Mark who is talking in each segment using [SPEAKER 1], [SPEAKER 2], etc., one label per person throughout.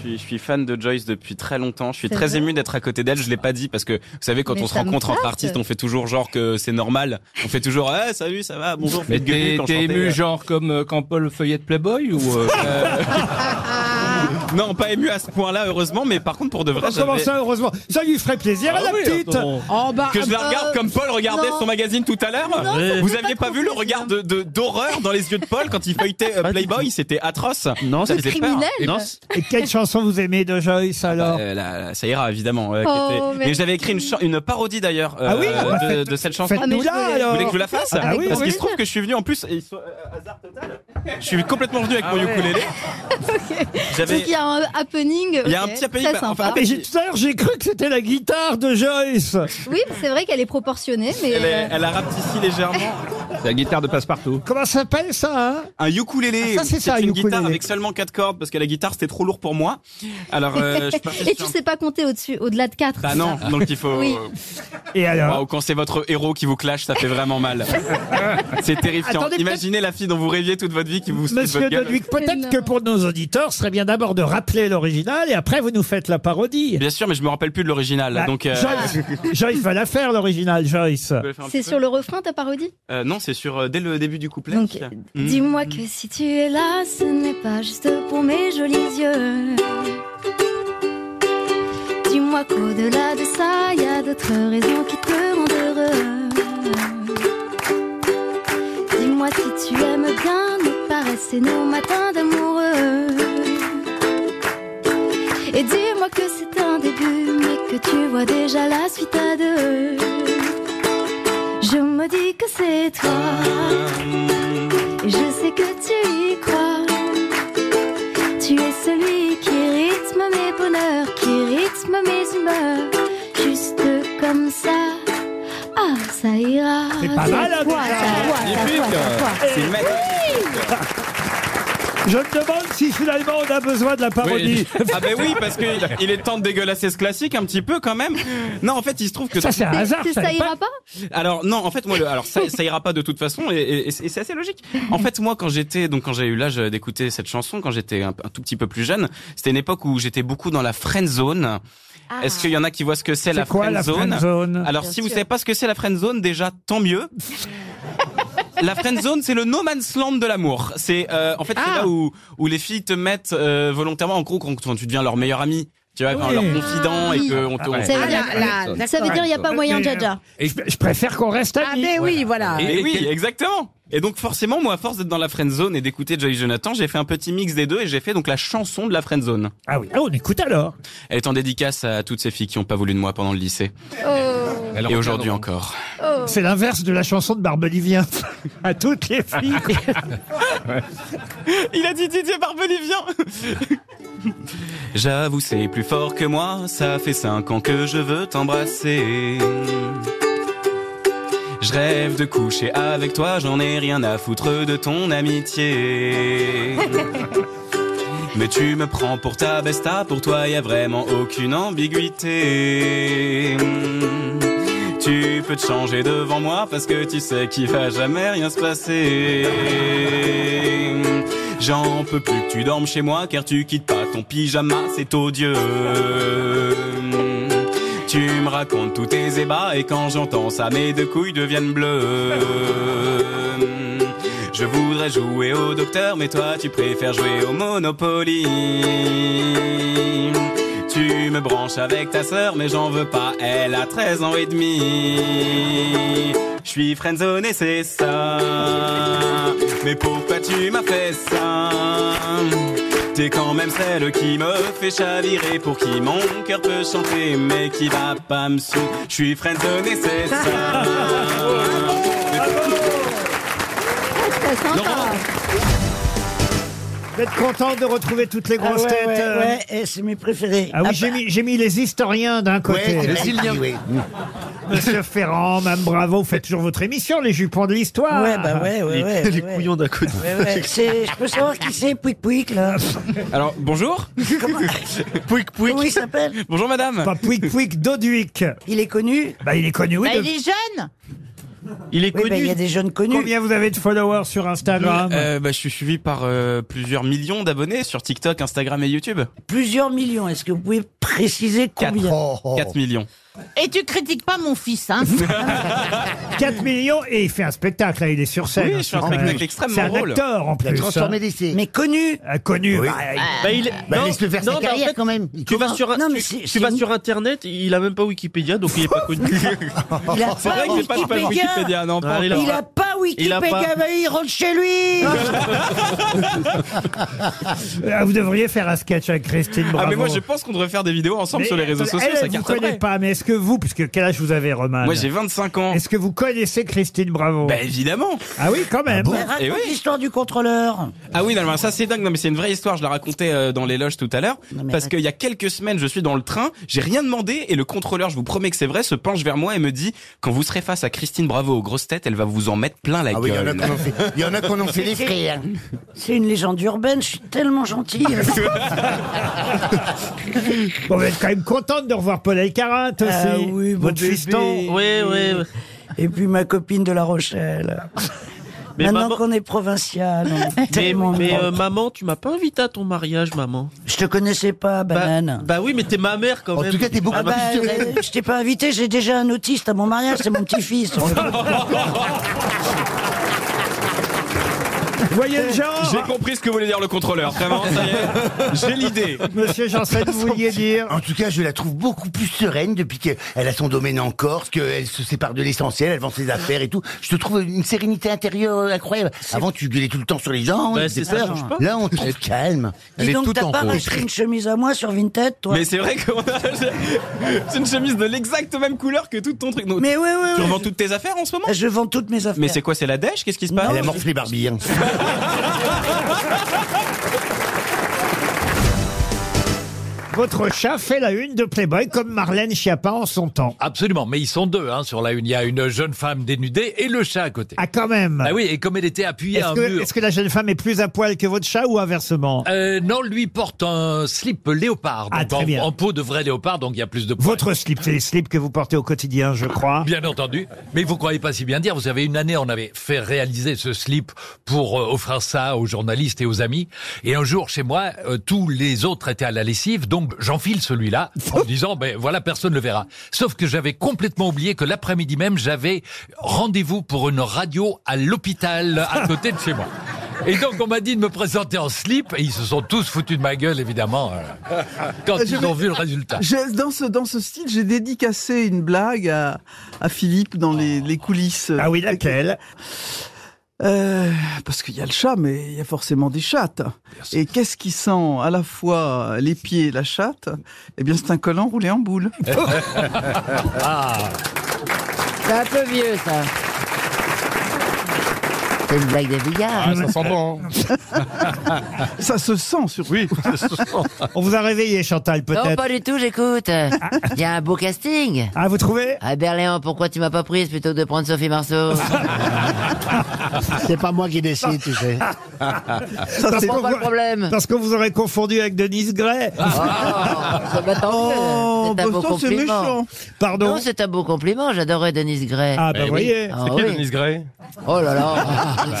[SPEAKER 1] suis, je suis fan de Joyce depuis très longtemps. Je suis
[SPEAKER 2] C'est
[SPEAKER 1] très
[SPEAKER 2] vrai
[SPEAKER 1] ému d'être à côté d'elle. Je l'ai pas dit parce que vous savez quand
[SPEAKER 2] Mais
[SPEAKER 1] on se
[SPEAKER 2] ça me
[SPEAKER 1] rencontre entre
[SPEAKER 2] flatte.
[SPEAKER 1] artistes, on fait toujours genre que c'est normal. On fait toujours eh, salut, ça va, bonjour.
[SPEAKER 3] Mais
[SPEAKER 1] faites gueuler
[SPEAKER 3] t'es
[SPEAKER 1] quand je
[SPEAKER 3] t'es
[SPEAKER 1] chantais, euh,
[SPEAKER 3] ému genre comme euh, quand Paul feuillette Playboy ou euh,
[SPEAKER 1] Non, pas ému à ce point-là, heureusement. Mais par contre, pour de vrai,
[SPEAKER 4] Comment
[SPEAKER 1] j'avais-
[SPEAKER 4] ça, heureusement Ça lui ferait
[SPEAKER 1] Ah
[SPEAKER 4] plaisir à la petite
[SPEAKER 2] Oh, bah,
[SPEAKER 1] que je la regarde
[SPEAKER 2] euh,
[SPEAKER 1] comme Paul regardait
[SPEAKER 2] non.
[SPEAKER 1] son magazine tout à l'heure.
[SPEAKER 2] ça
[SPEAKER 1] Vous
[SPEAKER 2] fait
[SPEAKER 1] aviez
[SPEAKER 2] pas
[SPEAKER 1] pas vu le regard de de- d'horreur dans les yeux de Paul quand il feuilletait euh,
[SPEAKER 5] Pas du
[SPEAKER 1] Playboy C'était atroce.
[SPEAKER 5] Non,
[SPEAKER 1] Ça
[SPEAKER 5] c'est
[SPEAKER 1] faisait peur.
[SPEAKER 2] criminel.
[SPEAKER 5] non, c'est-
[SPEAKER 4] Et quelle chanson vous aimez de Joyce alors
[SPEAKER 1] Euh, là, ça ira évidemment. euh,
[SPEAKER 2] Oh,
[SPEAKER 1] qui était-
[SPEAKER 2] merci.
[SPEAKER 1] Mais j'avais écrit une, chan- une parodie d'ailleurs euh,
[SPEAKER 4] Ah oui Ah bah
[SPEAKER 1] de- de,
[SPEAKER 4] faites-
[SPEAKER 1] cette chanson.
[SPEAKER 2] Ah, mais
[SPEAKER 4] Faites-nous
[SPEAKER 2] je
[SPEAKER 4] là
[SPEAKER 2] voulais-
[SPEAKER 1] Vous
[SPEAKER 4] alors
[SPEAKER 1] voulez que je vous la fasse
[SPEAKER 4] Ah oui,
[SPEAKER 1] Parce
[SPEAKER 4] oui.
[SPEAKER 1] qu'il se trouve que je suis venu en plus, et- euh, je suis complètement venu avec
[SPEAKER 4] Ah
[SPEAKER 1] mon ukulélé. J'avais-
[SPEAKER 2] Donc il y a un happening.
[SPEAKER 1] Il y a
[SPEAKER 2] ok,
[SPEAKER 1] un petit happening,
[SPEAKER 2] Très
[SPEAKER 1] bah,
[SPEAKER 2] sympa.
[SPEAKER 1] enfin,
[SPEAKER 4] Mais j'ai- tout à l'heure j'ai cru que c'était la guitare de Joyce
[SPEAKER 2] Oui, c'est vrai qu'elle est proportionnée, mais.
[SPEAKER 1] elle, est-
[SPEAKER 2] euh,
[SPEAKER 1] elle a rapetissi légèrement.
[SPEAKER 3] la guitare de passe-partout
[SPEAKER 4] Comment ça s'appelle ça hein
[SPEAKER 1] Un ukulélé,
[SPEAKER 4] Ah, ça, c'est ça,
[SPEAKER 1] une
[SPEAKER 4] un
[SPEAKER 1] guitare
[SPEAKER 4] ukulélé.
[SPEAKER 1] avec seulement quatre cordes parce que la guitare c'était trop lourd pour moi. Alors, euh, je partais
[SPEAKER 2] Et
[SPEAKER 1] sur
[SPEAKER 2] tu
[SPEAKER 1] un-
[SPEAKER 2] sais pas compter au-dessus, au-delà de 4.
[SPEAKER 1] Bah non, donc il faut.
[SPEAKER 2] Oui.
[SPEAKER 4] Et alors
[SPEAKER 1] Waouh, quand c'est votre héros qui vous clash, ça fait vraiment mal. c'est terrifiant.
[SPEAKER 4] Attendez,
[SPEAKER 1] Imaginez la fille dont vous rêviez toute votre vie qui vous fout
[SPEAKER 4] Monsieur
[SPEAKER 1] votre gueule.
[SPEAKER 4] Dodwick, peut-être
[SPEAKER 2] Non.
[SPEAKER 4] que pour nos auditeurs, ce serait bien d'abord de rappeler l'original et après vous nous faites la parodie.
[SPEAKER 1] Bien sûr, mais je me rappelle plus de l'original.
[SPEAKER 4] Bah,
[SPEAKER 1] donc, euh,
[SPEAKER 4] Joyce, Joyce va la faire l'original, Joyce.
[SPEAKER 1] je vais faire un
[SPEAKER 2] C'est
[SPEAKER 1] petit peu.
[SPEAKER 2] sur le refrain ta parodie
[SPEAKER 1] Euh, non, c'est sur euh, dès le début du couplet.
[SPEAKER 2] Donc,
[SPEAKER 1] Mm.
[SPEAKER 2] Dis-moi que si tu es là, ce n'est pas juste pour mes jolis yeux. Dis-moi qu'au-delà de ça, il y a d'autres raisons qui te rendent heureux. Dis-moi si tu aimes bien nous paresser nos matins d'amoureux. Et dis-moi que c'est un début, mais que tu vois déjà la suite à deux. Je me dis que c'est toi. Et je sais que tu y crois. Tu es celui qui rythme mes bonheurs, qui rythme mes humeurs. Juste comme ça, ah, ça ira.
[SPEAKER 4] C'est pas mal, hein,
[SPEAKER 2] Toi,
[SPEAKER 4] déjà.
[SPEAKER 2] toi, toi, toi, toi.
[SPEAKER 1] C'est magnifique.
[SPEAKER 4] Je me demande si finalement on a besoin de la parodie.
[SPEAKER 1] Ah ben oui, parce que il est temps de dégueulasser ce classique un petit peu quand même. Non, en fait, il se trouve que
[SPEAKER 4] Ça c'est un hasard,
[SPEAKER 2] C'est-
[SPEAKER 4] ça
[SPEAKER 2] Ça
[SPEAKER 4] n'est
[SPEAKER 2] ira pas
[SPEAKER 1] alors non, en fait moi, le- alors ça, ça ira pas de toute façon et, et- et c'est assez logique. En fait, moi, quand j'étais donc quand j'ai eu l'âge d'écouter cette chanson, quand j'étais un, un tout petit peu plus jeune, c'était une époque où j'étais beaucoup dans la friend zone. Est-ce qu'il y en a qui voient ce que c'est la
[SPEAKER 4] C'est quoi la
[SPEAKER 1] friend zone
[SPEAKER 4] zone
[SPEAKER 1] Alors,
[SPEAKER 2] Ah, Bien
[SPEAKER 1] si vous
[SPEAKER 2] sûr.
[SPEAKER 1] savez pas ce que c'est la friend zone, déjà tant mieux. La friend zone, c'est le no man's land de l'amour. C'est euh, en fait
[SPEAKER 2] Ah.
[SPEAKER 1] c'est là où où les filles te mettent euh, volontairement en gros quand quand tu deviens leur meilleur ami, tu vois, quand
[SPEAKER 4] Oui.
[SPEAKER 1] leur confident
[SPEAKER 2] Ah,
[SPEAKER 1] et
[SPEAKER 2] oui.
[SPEAKER 1] que on te
[SPEAKER 3] Ah, ouais.
[SPEAKER 2] Ça veut
[SPEAKER 6] Ah,
[SPEAKER 2] dire,
[SPEAKER 6] là, là,
[SPEAKER 2] ça veut
[SPEAKER 6] d'accord.
[SPEAKER 2] dire il n'y a pas moyen,
[SPEAKER 4] Mais, euh,
[SPEAKER 2] Jaja.
[SPEAKER 4] Je, je préfère qu'on reste
[SPEAKER 6] Ah
[SPEAKER 4] amis.
[SPEAKER 6] ben oui, voilà.
[SPEAKER 1] Et,
[SPEAKER 3] Et
[SPEAKER 1] oui,
[SPEAKER 3] quel-
[SPEAKER 1] exactement. Et donc forcément, moi, à force d'être dans la friend zone et d'écouter Joy Jonathan, j'ai fait un petit mix des deux et j'ai fait donc la chanson de la friend zone.
[SPEAKER 4] Ah oui, ah, on écoute alors.
[SPEAKER 1] Elle est en dédicace à toutes ces filles qui n'ont pas voulu de moi pendant le lycée
[SPEAKER 2] Oh,
[SPEAKER 1] et aujourd'hui encore.
[SPEAKER 2] oh.
[SPEAKER 4] C'est l'inverse de la chanson de Barbelivien. à toutes les filles.
[SPEAKER 1] Il a dit Didier Barbelivien. J'avoue, c'est plus fort que moi. Ça fait cinq ans que je veux t'embrasser. Je rêve de coucher avec toi, j'en ai rien à foutre de ton amitié. Mais tu me prends pour ta besta, pour toi y a vraiment aucune ambiguïté. Tu peux te changer devant moi parce que tu sais qu'il va jamais rien se passer. J'en peux plus que tu dormes chez moi car tu quittes pas ton pyjama, c'est odieux. Tu me racontes tous tes ébats et quand j'entends ça, mes deux couilles deviennent bleues. Je voudrais jouer au docteur, mais toi tu préfères jouer au Monopoly. Tu me branches avec ta sœur, mais j'en veux pas, elle a 13 ans et demi. Je suis friendzone et c'est ça. Mais pourquoi tu m'as fait ça hein. T'es quand même celle qui me fait chavirer, pour qui mon cœur peut chanter, mais qui va pas me sou. Je suis friendzone et c'est ça.
[SPEAKER 6] Très sympa.
[SPEAKER 4] Vous êtes content de retrouver toutes les
[SPEAKER 7] Ah
[SPEAKER 4] grosses
[SPEAKER 7] ouais,
[SPEAKER 4] têtes
[SPEAKER 7] ouais,
[SPEAKER 4] euh,
[SPEAKER 7] ouais, et c'est mes préférés.
[SPEAKER 4] Ah oui, j'ai mis, j'ai mis les historiens d'un côté.
[SPEAKER 7] Ouais,
[SPEAKER 4] Les- Monsieur Ferrand, Mme Bravo, faites toujours votre émission, les jupons de l'histoire.
[SPEAKER 7] Ouais, bah ouais, ouais, ouais.
[SPEAKER 5] les
[SPEAKER 7] ouais.
[SPEAKER 5] couillons d'un côté.
[SPEAKER 7] Ouais, ouais, c'est- Je peux savoir qui c'est, Pouic Pouic, là
[SPEAKER 1] Alors bonjour,
[SPEAKER 5] Pouic, pouic.
[SPEAKER 7] Comment il s'appelle
[SPEAKER 1] bonjour madame.
[SPEAKER 4] Pas Pouic Pouic Doduic.
[SPEAKER 7] Il est connu
[SPEAKER 4] Bah, il est connu, oui.
[SPEAKER 6] Bah,
[SPEAKER 4] de-
[SPEAKER 6] il est jeune.
[SPEAKER 5] Il est
[SPEAKER 7] Oui, ben, il
[SPEAKER 1] bah,
[SPEAKER 5] connu.
[SPEAKER 7] y a des jeunes connus.
[SPEAKER 4] Combien vous avez de followers sur Instagram
[SPEAKER 1] Euh, bah, je suis suivi par euh, plusieurs millions d'abonnés sur TikTok, Instagram et YouTube.
[SPEAKER 7] Plusieurs millions. Est-ce que vous pouvez préciser combien
[SPEAKER 1] 4 millions.
[SPEAKER 6] Et tu critiques pas mon fils, hein
[SPEAKER 4] 4 millions et il fait un spectacle, là, il est sur scène.
[SPEAKER 1] Oui,
[SPEAKER 4] hein,
[SPEAKER 1] je fais un
[SPEAKER 4] c'est pas-
[SPEAKER 1] spectacle extrêmement
[SPEAKER 4] C'est un
[SPEAKER 1] drôle.
[SPEAKER 4] acteur en plus.
[SPEAKER 8] Transformer
[SPEAKER 4] hein.
[SPEAKER 8] l'essai.
[SPEAKER 7] Mais connus
[SPEAKER 4] Euh, Connu. bah,
[SPEAKER 1] Ah,
[SPEAKER 8] Bah,
[SPEAKER 5] Bah, il... est-
[SPEAKER 8] bah,
[SPEAKER 5] non,
[SPEAKER 8] laisse-le faire sa
[SPEAKER 5] non, bah, en
[SPEAKER 8] carrière
[SPEAKER 5] fait,
[SPEAKER 8] quand même. Il
[SPEAKER 5] Tu vas,
[SPEAKER 8] commence.
[SPEAKER 5] sur,
[SPEAKER 7] Non, mais
[SPEAKER 5] tu-
[SPEAKER 7] c'est-
[SPEAKER 5] tu
[SPEAKER 7] c'est
[SPEAKER 5] vas
[SPEAKER 7] une-
[SPEAKER 5] sur internet, il a même pas Wikipédia, donc il est pas connu.
[SPEAKER 7] Il a
[SPEAKER 1] C'est
[SPEAKER 7] pas
[SPEAKER 1] vrai que j'ai pas, j'ai pas
[SPEAKER 7] Wikipédia.
[SPEAKER 1] Wikipédia, non, pas
[SPEAKER 5] Ah, il a-
[SPEAKER 1] encore.
[SPEAKER 7] Il a pas
[SPEAKER 5] Il a
[SPEAKER 7] Wikipédia,
[SPEAKER 5] pas-
[SPEAKER 7] bah, il rentre chez lui
[SPEAKER 4] euh, Vous devriez faire un sketch avec Christine Bravo.
[SPEAKER 1] Ah, mais moi, je pense qu'on devrait faire des vidéos ensemble
[SPEAKER 4] Mais,
[SPEAKER 1] sur les réseaux
[SPEAKER 4] elle,
[SPEAKER 1] sociaux,
[SPEAKER 4] elle,
[SPEAKER 1] ça
[SPEAKER 4] vous connaît
[SPEAKER 1] cartonnerait.
[SPEAKER 4] pas, mais est-ce que vous, puisque quel âge vous avez, Roman
[SPEAKER 1] Moi, j'ai 25 ans.
[SPEAKER 4] Est-ce que vous connaissez Christine Bravo
[SPEAKER 1] Bah, évidemment.
[SPEAKER 4] Ah oui, quand même.
[SPEAKER 7] Mais raconte
[SPEAKER 1] Eh oui.
[SPEAKER 7] l'histoire du contrôleur.
[SPEAKER 1] Ah oui, non, mais ça c'est dingue. Non, mais c'est une vraie histoire. Je la racontais euh, dans les loges tout à l'heure.
[SPEAKER 7] Non, mais
[SPEAKER 1] Parce
[SPEAKER 7] arrête.
[SPEAKER 1] qu'il y a quelques semaines, je suis dans le train, j'ai rien demandé et le contrôleur, je vous promets que c'est vrai, se penche vers moi et me dit quand vous serez face à Christine Bravo aux grosses têtes, elle va vous en mettre plein la
[SPEAKER 8] Ah oui, il y en a
[SPEAKER 1] gueule.
[SPEAKER 8] qu'on en fait, il y en a qu'on en fait les frais. hein.
[SPEAKER 7] C'est une légende urbaine, je suis tellement gentille.
[SPEAKER 4] Bon, vous êtes quand même contente de revoir Paul Elkarat aussi.
[SPEAKER 7] Ah oui, mon
[SPEAKER 4] votre
[SPEAKER 7] bébé.
[SPEAKER 4] fiston.
[SPEAKER 5] ouais, ouais, ouais.
[SPEAKER 7] Et puis ma copine de La Rochelle.
[SPEAKER 5] Mais
[SPEAKER 7] Maintenant
[SPEAKER 5] maman-
[SPEAKER 7] qu'on est provincial, on est
[SPEAKER 5] Mais,
[SPEAKER 7] tellement
[SPEAKER 5] mais,
[SPEAKER 7] heureux.
[SPEAKER 5] euh, maman, tu m'as pas invité à ton mariage, maman.
[SPEAKER 7] Je te connaissais pas,
[SPEAKER 5] Bah,
[SPEAKER 7] banane.
[SPEAKER 5] bah oui, mais t'es ma mère quand
[SPEAKER 8] En
[SPEAKER 5] même.
[SPEAKER 8] tout cas, t'es beaucoup
[SPEAKER 7] Ah bah,
[SPEAKER 8] plus sereine.
[SPEAKER 7] euh, je t'ai pas invité, j'ai déjà un autiste à mon mariage, c'est mon petit-fils.
[SPEAKER 4] Vous voyez le genre
[SPEAKER 1] J'ai compris ce que voulait dire le contrôleur. Vraiment, ça y est, j'ai l'idée.
[SPEAKER 4] Monsieur Janssen, vous vouliez dire
[SPEAKER 8] En tout cas, je la trouve beaucoup plus sereine depuis qu'elle a son domaine en Corse, qu'elle se sépare de l'essentiel, elle vend ses affaires et tout. Je te trouve une sérénité intérieure euh, incroyable. Avant, tu gueulais tout le temps sur les gens.
[SPEAKER 5] Bah,
[SPEAKER 8] tu
[SPEAKER 5] c'est
[SPEAKER 8] faisais
[SPEAKER 5] ça,
[SPEAKER 8] peur.
[SPEAKER 5] change pas.
[SPEAKER 8] Là, on te trouve calme.
[SPEAKER 7] Dis donc, t'as pas acheté une chemise à moi sur Vinted, toi
[SPEAKER 1] Mais c'est vrai qu'on a c'est une chemise de l'exacte même couleur que tout ton truc. Donc,
[SPEAKER 7] Mais ouais, ouais,
[SPEAKER 1] tu
[SPEAKER 7] ouais.
[SPEAKER 1] revends toutes tes affaires en ce moment
[SPEAKER 7] Je vends toutes mes affaires.
[SPEAKER 1] Mais c'est quoi, c'est la dèche Qu'est-ce qui se passe
[SPEAKER 8] Elle a morflé les Barbie. hein.
[SPEAKER 4] Votre chat fait la une de Playboy comme Marlène Schiappa en son temps.
[SPEAKER 9] Absolument, mais ils sont deux hein, sur la une. Il y a une jeune femme dénudée et le chat à côté.
[SPEAKER 4] Ah, quand même
[SPEAKER 9] Ah oui, et comme elle était appuyée à
[SPEAKER 4] Est-ce
[SPEAKER 9] un
[SPEAKER 4] que,
[SPEAKER 9] mur.
[SPEAKER 4] est-ce que la jeune femme est plus à poil que votre chat ou
[SPEAKER 1] Ah,
[SPEAKER 4] inversement
[SPEAKER 9] Euh, non, lui porte un slip léopard,
[SPEAKER 4] Ah,
[SPEAKER 9] donc
[SPEAKER 4] très
[SPEAKER 9] en-
[SPEAKER 4] bien.
[SPEAKER 9] en, peau de vrai léopard, donc il y a plus de poids.
[SPEAKER 4] Votre slip, c'est les slips que vous portez au quotidien, je crois.
[SPEAKER 9] Bien entendu, mais vous croyez pas si bien dire. Vous savez, une année, on avait fait réaliser ce slip pour euh, offrir ça aux journalistes et aux amis. Et un jour, chez moi, euh, tous les autres étaient à la lessive, donc j'enfile celui-là en me disant, ben voilà, personne ne le verra. Sauf que j'avais complètement oublié que l'après-midi même, j'avais rendez-vous pour une radio à l'hôpital à côté de chez moi. Et donc on m'a dit de me présenter en slip et ils se sont tous foutus de ma gueule évidemment euh, quand ils ont vu le résultat.
[SPEAKER 10] J'ai- dans, ce, dans ce style, j'ai dédicacé une blague à, à Philippe dans les, les coulisses.
[SPEAKER 4] Ah oui, laquelle
[SPEAKER 10] Euh, parce qu'il y a le chat, mais il y a forcément des chattes. Et qu'est-ce qui sent à la fois les pieds et la chatte Eh bien, c'est un collant roulé en boule.
[SPEAKER 7] C'est un peu vieux, ça.
[SPEAKER 8] C'est une blague de billard.
[SPEAKER 3] Ah, ça sent bon.
[SPEAKER 10] Ça se sent sur
[SPEAKER 3] Oui.
[SPEAKER 4] On vous a réveillé, Chantal,
[SPEAKER 11] Non,
[SPEAKER 4] peut-être
[SPEAKER 11] pas du tout, j'écoute. Il y a un beau casting.
[SPEAKER 4] Ah, vous trouvez
[SPEAKER 11] Ah, Berléand, pourquoi tu m'as pas prise plutôt que de prendre Sophie Marceau
[SPEAKER 8] C'est pas moi qui décide, tu sais.
[SPEAKER 10] Ça,
[SPEAKER 11] Je
[SPEAKER 10] c'est-
[SPEAKER 11] comprends pas le problème.
[SPEAKER 4] Parce qu'on vous aurait confondu avec Denise Gray.
[SPEAKER 11] Oh, ça va tant mieux.
[SPEAKER 10] Oh,
[SPEAKER 11] c'est un
[SPEAKER 10] bah,
[SPEAKER 11] beau
[SPEAKER 10] ça, c'est
[SPEAKER 11] compliment.
[SPEAKER 10] méchant.
[SPEAKER 4] Pardon
[SPEAKER 11] Non, c'est un beau compliment. J'adorais Denise Gray.
[SPEAKER 4] Ah, bah, voyez.
[SPEAKER 11] Ah oui.
[SPEAKER 3] Gray
[SPEAKER 11] Oh là là.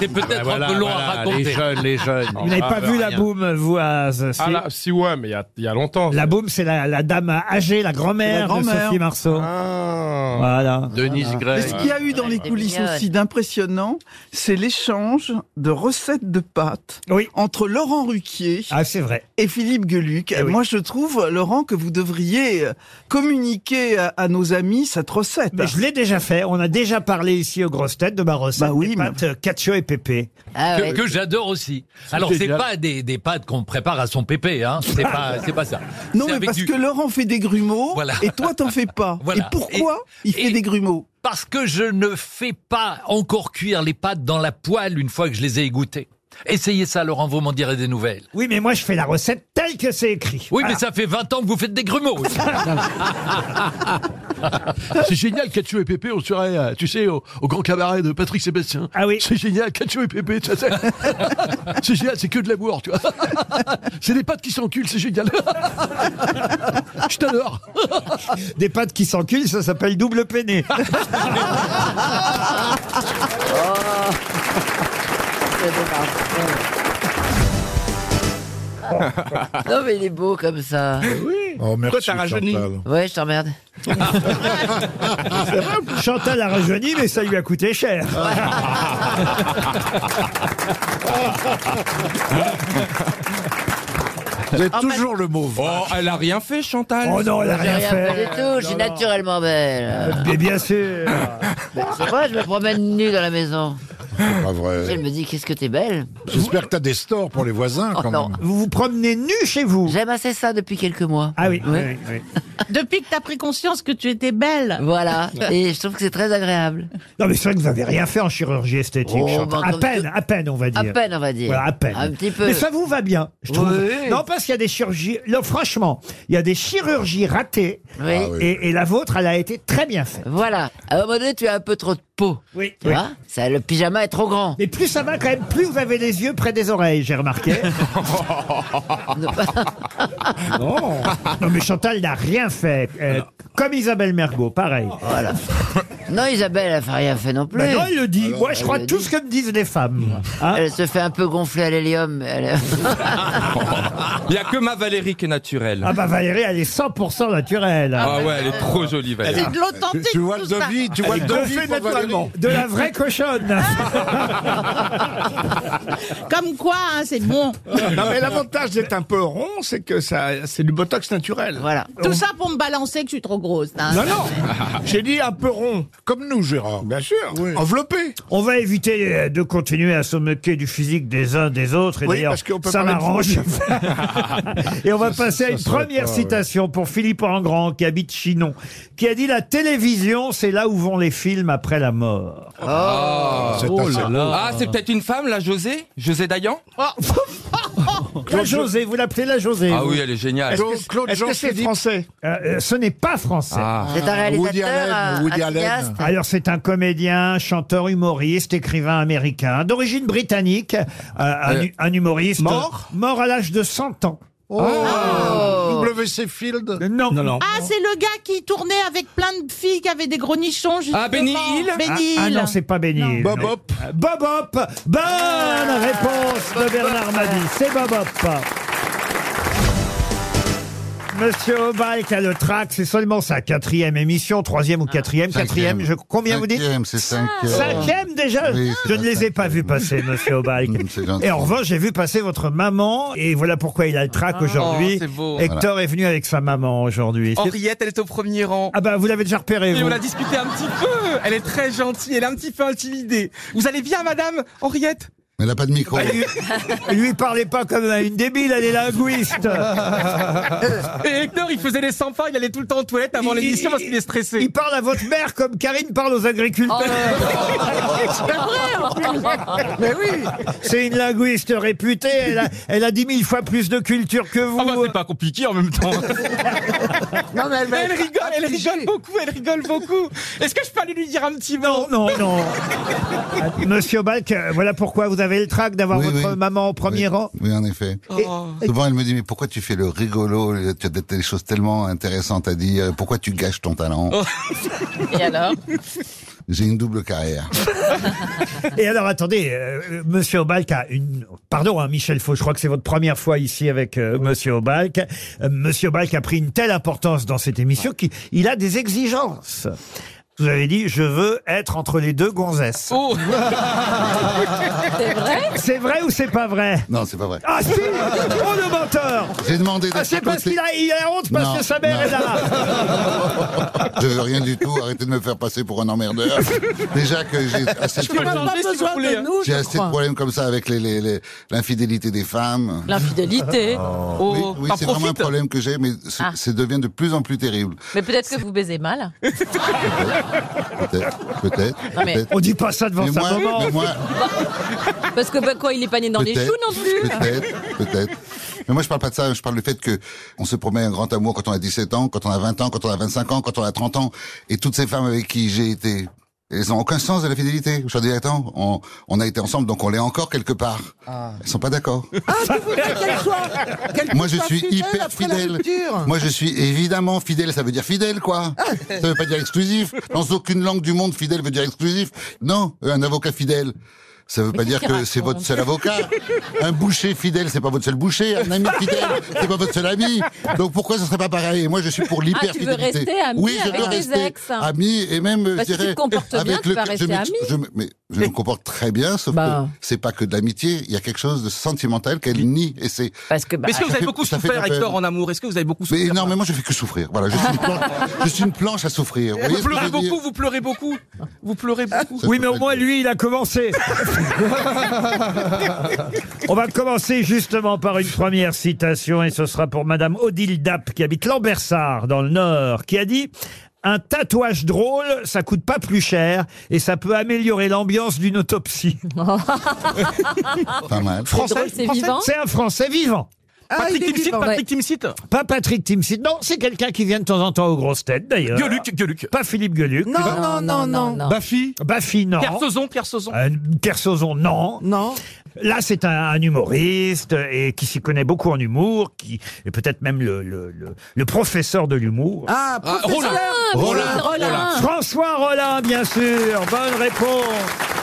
[SPEAKER 9] C'est peut-être un peu long à raconter.
[SPEAKER 3] jeunes, Ben, les jeunes.
[SPEAKER 4] Vous
[SPEAKER 1] Ah,
[SPEAKER 4] n'avez
[SPEAKER 1] bah,
[SPEAKER 4] pas vu la
[SPEAKER 9] rien.
[SPEAKER 4] boum, vous, à... c'est-
[SPEAKER 3] bah, Ah là, si ouais, mais il y a, il y a longtemps.
[SPEAKER 4] La boum, c'est la, la dame âgée, la grand-mère
[SPEAKER 10] La grand-mère.
[SPEAKER 4] de Sophie Marceau.
[SPEAKER 3] Ah.
[SPEAKER 4] Voilà.
[SPEAKER 9] Denise
[SPEAKER 10] Mais
[SPEAKER 9] Gray.
[SPEAKER 10] ce qu'il y a eu dans les
[SPEAKER 11] C'est
[SPEAKER 10] coulisses
[SPEAKER 11] mignonne.
[SPEAKER 10] aussi d'impressionnant, c'est l'échange de recettes de pâtes
[SPEAKER 4] Oui.
[SPEAKER 10] entre Laurent Ruquier
[SPEAKER 4] Ah, c'est vrai.
[SPEAKER 10] et Philippe Geluc.
[SPEAKER 4] Eh oui.
[SPEAKER 10] Moi, je trouve, Laurent, que vous devriez euh, communiquer à, à nos amis cette recette.
[SPEAKER 4] Mais je l'ai déjà fait. On a déjà parlé ici aux grosses têtes de ma recette.
[SPEAKER 10] Bah oui,
[SPEAKER 4] des
[SPEAKER 10] mais-
[SPEAKER 4] pâtes, euh, cacio et pépé.
[SPEAKER 11] Ah, ouais.
[SPEAKER 9] que, que j'adore aussi. Alors c'est pas des, des pâtes qu'on prépare à son pépé, hein. C'est pas c'est pas ça.
[SPEAKER 10] Ah. non,
[SPEAKER 9] C'est
[SPEAKER 10] mais
[SPEAKER 9] avec
[SPEAKER 10] parce
[SPEAKER 9] du-
[SPEAKER 10] que Laurent fait des grumeaux
[SPEAKER 9] Voilà.
[SPEAKER 10] et toi, t'en fais pas.
[SPEAKER 9] Voilà.
[SPEAKER 10] Et pourquoi
[SPEAKER 9] Et-
[SPEAKER 10] il fait
[SPEAKER 9] et-
[SPEAKER 10] des grumeaux
[SPEAKER 9] parce que je ne fais pas encore cuire les pâtes dans la poêle une fois que je les ai égouttées. Essayez ça, Laurent, vous m'en direz des nouvelles.
[SPEAKER 4] Oui, mais moi, je fais la recette telle que c'est écrit. Ah,
[SPEAKER 9] Oui,
[SPEAKER 4] Voilà.
[SPEAKER 9] mais ça fait 20 ans que vous faites des grumeaux.
[SPEAKER 12] C'est génial, Cacho et Pépé, on serait, euh, tu sais, au, au grand cabaret de Patrick Sébastien.
[SPEAKER 4] Ah oui.
[SPEAKER 12] C'est génial, Cacho et Pépé, tu sais. c'est génial, c'est que de l'amour, tu vois. c'est des pattes qui s'enculent, c'est génial. Je t'adore.
[SPEAKER 4] Des pattes qui s'enculent, ça s'appelle double peiné.
[SPEAKER 11] Non, mais il est beau comme ça.
[SPEAKER 4] Oui.
[SPEAKER 13] Oh, merci, Toi, t'as rajeuni. Chantal.
[SPEAKER 11] Ouais, je t'emmerde.
[SPEAKER 4] Chantal a rajeuni, mais ça lui a coûté cher.
[SPEAKER 11] Ah,
[SPEAKER 13] Vous êtes toujours le mauvais.
[SPEAKER 1] Oh, elle a rien fait, Chantal.
[SPEAKER 4] Oh non, elle a
[SPEAKER 11] J'ai
[SPEAKER 4] rien
[SPEAKER 11] rien fait
[SPEAKER 4] fait.
[SPEAKER 11] du tout, je suis naturellement belle.
[SPEAKER 4] Mais bien sûr.
[SPEAKER 11] C'est vrai, je me promène nue dans la maison.
[SPEAKER 13] C'est pas vrai.
[SPEAKER 11] Elle me dit Qu'est-ce que t'es belle
[SPEAKER 13] J'espère que t'as des stores pour les voisins,
[SPEAKER 11] Oh
[SPEAKER 13] quand
[SPEAKER 11] non.
[SPEAKER 13] même.
[SPEAKER 4] Vous vous promenez nu chez vous
[SPEAKER 11] J'aime assez ça depuis quelques mois.
[SPEAKER 4] Ah oui.
[SPEAKER 11] Ouais.
[SPEAKER 6] Depuis que t'as pris conscience que tu étais belle.
[SPEAKER 11] Voilà, et je trouve que c'est très agréable.
[SPEAKER 4] Non, mais c'est vrai que vous n'avez rien fait en chirurgie esthétique,
[SPEAKER 11] Oh,
[SPEAKER 4] Chantal.
[SPEAKER 11] bah,
[SPEAKER 4] à
[SPEAKER 11] comme
[SPEAKER 4] peine,
[SPEAKER 11] tout-
[SPEAKER 4] à peine, on va dire.
[SPEAKER 11] À peine, on va dire.
[SPEAKER 4] Voilà, à peine.
[SPEAKER 11] Un petit peu.
[SPEAKER 4] Mais ça vous va bien, je trouve.
[SPEAKER 11] Oui.
[SPEAKER 4] Non, parce qu'il y a des chirurgies. Non, franchement, il y a des chirurgies ratées.
[SPEAKER 11] Oui. Ah oui.
[SPEAKER 4] Et, et la vôtre, elle a été très bien faite.
[SPEAKER 11] Voilà, à un moment donné, tu as un peu trop de peau.
[SPEAKER 4] Oui.
[SPEAKER 11] Tu vois Ça, Le pyjama est trop grand.
[SPEAKER 4] Mais plus ça va, quand même, plus vous avez les yeux près des oreilles, j'ai remarqué. non. non, mais Chantal n'a rien fait. Euh, comme Isabelle Mergot, pareil.
[SPEAKER 11] Voilà. Non, Isabelle, elle n'a rien fait non plus.
[SPEAKER 4] Bah non, elle le dit. Moi, je
[SPEAKER 11] Elle
[SPEAKER 4] crois
[SPEAKER 11] le
[SPEAKER 4] tout
[SPEAKER 11] dit.
[SPEAKER 4] ce que me disent les femmes. Hein
[SPEAKER 11] Ah. Elle se fait un peu gonfler à l'hélium. elle-
[SPEAKER 1] Il y a que ma Valérie qui est naturelle.
[SPEAKER 4] Ah bah Valérie, elle est 100% naturelle.
[SPEAKER 1] Ah ouais, elle est trop jolie, Valérie.
[SPEAKER 6] C'est de l'authentique.
[SPEAKER 13] Tu vois
[SPEAKER 6] tout
[SPEAKER 13] le
[SPEAKER 6] ça.
[SPEAKER 13] devis, tu vois
[SPEAKER 4] Elle
[SPEAKER 13] le
[SPEAKER 4] est
[SPEAKER 13] devis
[SPEAKER 4] gonflée
[SPEAKER 13] pour
[SPEAKER 4] naturellement.
[SPEAKER 13] Valérie.
[SPEAKER 4] De la vraie cochonne.
[SPEAKER 6] Comme quoi, hein, c'est bon.
[SPEAKER 14] Non, mais l'avantage d'être un peu rond, c'est que ça, c'est du botox naturel.
[SPEAKER 11] Voilà.
[SPEAKER 6] Tout ça pour me balancer que je suis trop grosse. hein.
[SPEAKER 14] Non, non, j'ai dit un peu rond.
[SPEAKER 13] Comme nous, Gérard.
[SPEAKER 14] Bien sûr, enveloppé.
[SPEAKER 4] On va éviter euh, de continuer à se moquer du physique des uns des autres. Et
[SPEAKER 14] Oui,
[SPEAKER 4] d'ailleurs,
[SPEAKER 14] parce qu'on peut
[SPEAKER 4] ça
[SPEAKER 14] parler de
[SPEAKER 4] m'arrange. et on va passer à
[SPEAKER 13] ça
[SPEAKER 4] une
[SPEAKER 13] serait
[SPEAKER 4] première
[SPEAKER 13] pas, ouais.
[SPEAKER 4] citation pour Philippe Engrand, qui habite Chinon, qui a dit La télévision, c'est là où vont les films après la mort.
[SPEAKER 1] Ah,
[SPEAKER 13] c'est
[SPEAKER 14] Oh
[SPEAKER 13] assez beau.
[SPEAKER 1] Ah, c'est peut-être une femme, la José José Dayan
[SPEAKER 4] La José, vous l'appelez la José
[SPEAKER 1] Ah
[SPEAKER 4] vous
[SPEAKER 1] oui, elle est géniale.
[SPEAKER 14] Est-ce que c'est-
[SPEAKER 13] Claude
[SPEAKER 14] est-ce que c'est
[SPEAKER 13] Jean-Philippe.
[SPEAKER 14] français
[SPEAKER 4] Euh, euh, ce n'est pas français. Ah.
[SPEAKER 1] Ah.
[SPEAKER 11] C'est un
[SPEAKER 13] Woody
[SPEAKER 11] réalisateur, euh,
[SPEAKER 13] Allen,
[SPEAKER 11] un-
[SPEAKER 13] Woody
[SPEAKER 11] un
[SPEAKER 13] Allen.
[SPEAKER 11] cinéaste.
[SPEAKER 4] Alors c'est un comédien, chanteur, humoriste, écrivain américain, d'origine britannique, euh, un,
[SPEAKER 1] Euh,
[SPEAKER 4] hu- un humoriste
[SPEAKER 14] mort
[SPEAKER 4] mort à l'âge de 100 ans. Euh,
[SPEAKER 13] WC Field.
[SPEAKER 4] Non,
[SPEAKER 6] Oh.
[SPEAKER 4] non,
[SPEAKER 6] Ah, c'est le gars qui tournait avec plein de filles qui avaient des gros nichons. justement.
[SPEAKER 1] Ah, Benny Hill
[SPEAKER 4] Ah,
[SPEAKER 6] Benny
[SPEAKER 4] ah
[SPEAKER 6] Hill.
[SPEAKER 4] non, c'est pas Benny. Hill,
[SPEAKER 13] Bob
[SPEAKER 4] non.
[SPEAKER 13] Hop.
[SPEAKER 4] Euh, Bob Hop. Bonne réponse de Bernard Mabie. C'est Bob Hop. Monsieur Obalk a le trac, c'est seulement sa quatrième émission, troisième ou quatrième, quatrième, je, combien vous dites Ah,
[SPEAKER 13] Cinquième, c'est cinquième.
[SPEAKER 4] Cinquième déjà
[SPEAKER 13] Oui, c'est
[SPEAKER 4] Je
[SPEAKER 13] la
[SPEAKER 4] ne les ai pas vus passer, monsieur Obalk.
[SPEAKER 13] Mm, c'est gentil.
[SPEAKER 4] Et en revanche, j'ai vu passer votre maman, et voilà pourquoi il a le trac aujourd'hui.
[SPEAKER 1] c'est beau.
[SPEAKER 4] Hector est venu avec sa maman aujourd'hui.
[SPEAKER 3] Oh.
[SPEAKER 4] C'est-
[SPEAKER 1] Henriette, elle est au premier rang.
[SPEAKER 4] Ah bah, vous l'avez déjà repéré,
[SPEAKER 1] Et
[SPEAKER 4] vous.
[SPEAKER 1] on a discuté un petit peu. Elle est très gentille, elle est un petit peu intimidée. Vous allez bien, madame Henriette
[SPEAKER 13] Mais elle n'a pas de micro.
[SPEAKER 4] Lui, parlez pas comme à une débile, elle est linguiste.
[SPEAKER 1] Et Hector, il faisait les 100 pas, il allait tout le temps aux toilettes avant
[SPEAKER 4] Ah. Il-
[SPEAKER 1] l'émission
[SPEAKER 4] il-
[SPEAKER 1] parce qu'il est stressé.
[SPEAKER 4] Il parle à votre mère comme Karine parle aux agriculteurs.
[SPEAKER 1] Oh,
[SPEAKER 4] Mais oui C'est une linguiste réputée, elle a, elle a 10 000 fois plus de culture que vous.
[SPEAKER 1] Ah bah c'est pas compliqué en même temps.
[SPEAKER 13] Non, mais elle
[SPEAKER 1] elle rigole, elle rigole beaucoup, elle rigole beaucoup. Est-ce que je peux aller lui dire un petit mot
[SPEAKER 4] Oh, Non, non. Monsieur Balk, euh, voilà pourquoi vous avez le trac d'avoir
[SPEAKER 13] Oui,
[SPEAKER 4] votre
[SPEAKER 13] oui.
[SPEAKER 4] maman au premier rang.
[SPEAKER 13] Oui, en effet.
[SPEAKER 1] Oh.
[SPEAKER 13] Souvent, elle me dit, mais pourquoi tu fais le rigolo Tu as des- des choses tellement intéressantes à dire. Pourquoi tu gâches ton talent
[SPEAKER 4] Oh.
[SPEAKER 11] Et alors
[SPEAKER 13] J'ai une double carrière.
[SPEAKER 4] Et alors, attendez, euh, Monsieur Obalk a une... Pardon, hein, Michel Faux, je crois que c'est votre première fois ici avec euh, Monsieur Obalk. Euh, Monsieur Obalk a pris une telle importance dans cette émission qu'il il a des exigences. Vous avez dit, je veux être entre les deux gonzesses.
[SPEAKER 1] Oh.
[SPEAKER 4] C'est vrai ou c'est pas vrai
[SPEAKER 13] Non, c'est pas vrai.
[SPEAKER 4] Ah si Oh le menteur
[SPEAKER 13] J'ai demandé d'être
[SPEAKER 4] Ah c'est
[SPEAKER 13] à
[SPEAKER 4] parce
[SPEAKER 13] côté.
[SPEAKER 4] qu'il a, il a honte parce
[SPEAKER 13] Non,
[SPEAKER 4] que sa mère
[SPEAKER 13] non.
[SPEAKER 4] est là
[SPEAKER 13] Je veux rien du tout. Arrêtez de me faire passer pour un emmerdeur. Déjà que j'ai assez de
[SPEAKER 1] Tu peux
[SPEAKER 13] problèmes.
[SPEAKER 1] changer si vous voulez. hein.
[SPEAKER 13] J'ai assez de problèmes comme ça avec les- les- les- l'infidélité des femmes.
[SPEAKER 4] Oh.
[SPEAKER 15] L'infidélité.
[SPEAKER 13] Oui,
[SPEAKER 1] Oh,
[SPEAKER 13] oui,
[SPEAKER 1] t'en
[SPEAKER 13] c'est vraiment un
[SPEAKER 1] profites.
[SPEAKER 13] problème que j'ai, mais c'est-
[SPEAKER 15] Ah.
[SPEAKER 13] ça devient de plus en plus terrible.
[SPEAKER 15] Mais peut-être que vous baisez mal.
[SPEAKER 13] Peut-être, peut-être.
[SPEAKER 15] Non, mais-
[SPEAKER 13] peut-être.
[SPEAKER 15] On dit pas ça devant
[SPEAKER 13] Mais
[SPEAKER 15] sa
[SPEAKER 13] moi-
[SPEAKER 15] maman.
[SPEAKER 13] mais moi,
[SPEAKER 15] Parce que bah, quoi, il est pas né dans les
[SPEAKER 13] Peut-être,
[SPEAKER 15] choux non plus.
[SPEAKER 13] Peut-être, peut-être. Mais moi, je parle pas de ça. Je parle du fait que on se promet un grand amour quand on a 17 ans, quand on a 20 ans, quand on a 25 ans, quand on a 30 ans. Et toutes ces femmes avec qui j'ai été, elles ont aucun sens de la fidélité. Je leur dis, attends, on, on a été ensemble, donc on l'est encore quelque part. Elles sont pas d'accord. Moi, je suis hyper fidèle. Moi, je suis évidemment fidèle. Ça veut dire fidèle, quoi.
[SPEAKER 15] Ah.
[SPEAKER 13] Ça veut pas dire exclusif. Dans aucune langue du monde, fidèle veut dire exclusif. Non, euh, un avocat fidèle. Ça veut pas dire
[SPEAKER 16] qu'est-ce
[SPEAKER 13] que
[SPEAKER 16] qu'il
[SPEAKER 13] c'est votre
[SPEAKER 16] raconte
[SPEAKER 13] seul avocat. Un boucher fidèle, c'est pas votre seul boucher. Un ami fidèle, c'est pas votre seul ami. Donc pourquoi ce serait pas pareil Et Moi, je suis pour l'hyper
[SPEAKER 15] Ah, tu veux rester ami
[SPEAKER 13] oui, je
[SPEAKER 15] avec
[SPEAKER 13] veux
[SPEAKER 15] tes
[SPEAKER 13] rester
[SPEAKER 15] ex.
[SPEAKER 13] ami et même,
[SPEAKER 15] Parce que tu
[SPEAKER 13] je
[SPEAKER 15] te
[SPEAKER 13] dirais,
[SPEAKER 15] comportes bien,
[SPEAKER 13] avec
[SPEAKER 15] tu
[SPEAKER 13] le
[SPEAKER 15] vas
[SPEAKER 13] je
[SPEAKER 15] rester
[SPEAKER 13] me-
[SPEAKER 15] ami. Bah.
[SPEAKER 13] je me- mais je me comporte très bien, sauf que c'est pas que de l'amitié. Il y a quelque chose de sentimental qu'elle nie et c'est.
[SPEAKER 11] Parce que.
[SPEAKER 13] bah,
[SPEAKER 1] Mais est-ce que vous
[SPEAKER 13] ça
[SPEAKER 1] avez
[SPEAKER 13] fait-
[SPEAKER 1] beaucoup
[SPEAKER 13] ça fait de la
[SPEAKER 1] souffert,
[SPEAKER 13] peine.
[SPEAKER 1] Hector, en amour Est-ce que vous avez beaucoup
[SPEAKER 13] Mais
[SPEAKER 1] souffert
[SPEAKER 13] énormément, je fais que souffrir. Voilà, je suis une planche, je suis une planche à souffrir. Vous, voyez
[SPEAKER 1] Vous
[SPEAKER 13] ce que je
[SPEAKER 1] pleurez
[SPEAKER 13] veux dire
[SPEAKER 1] beaucoup, vous pleurez beaucoup. Vous pleurez beaucoup.
[SPEAKER 4] Oui, mais au moins, lui, il a commencé. On va commencer justement par une première citation, et ce sera pour Madame Odile Dapp, qui habite Lambersart, dans le Nord, qui a dit Un tatouage drôle, ça coûte pas plus cher, et ça peut améliorer l'ambiance d'une autopsie.
[SPEAKER 13] Pas mal.
[SPEAKER 4] Français, Français C'est un Français vivant.
[SPEAKER 1] Ah, Patrick il est Timsit, vivant, Patrick ouais.
[SPEAKER 4] Pas Patrick Timsit, non, c'est quelqu'un qui vient de temps en temps aux grosses têtes d'ailleurs.
[SPEAKER 1] Gueuluc, Gueuluc.
[SPEAKER 4] Pas Philippe Gueuluc.
[SPEAKER 1] Non, Non, non, non, non, non.
[SPEAKER 4] Baffy Baffy, non.
[SPEAKER 1] Pierre Sauzon, Pierre Sauzon.
[SPEAKER 4] Euh, Kersozon, non. Non. Là, c'est un, un humoriste euh, et qui s'y connaît beaucoup en humour, qui est peut-être même le, le- le- le professeur de l'humour.
[SPEAKER 16] Ah, Ah, professeur Rollin. Rollin.
[SPEAKER 4] Rollin. François Rollin, bien sûr. Bonne réponse.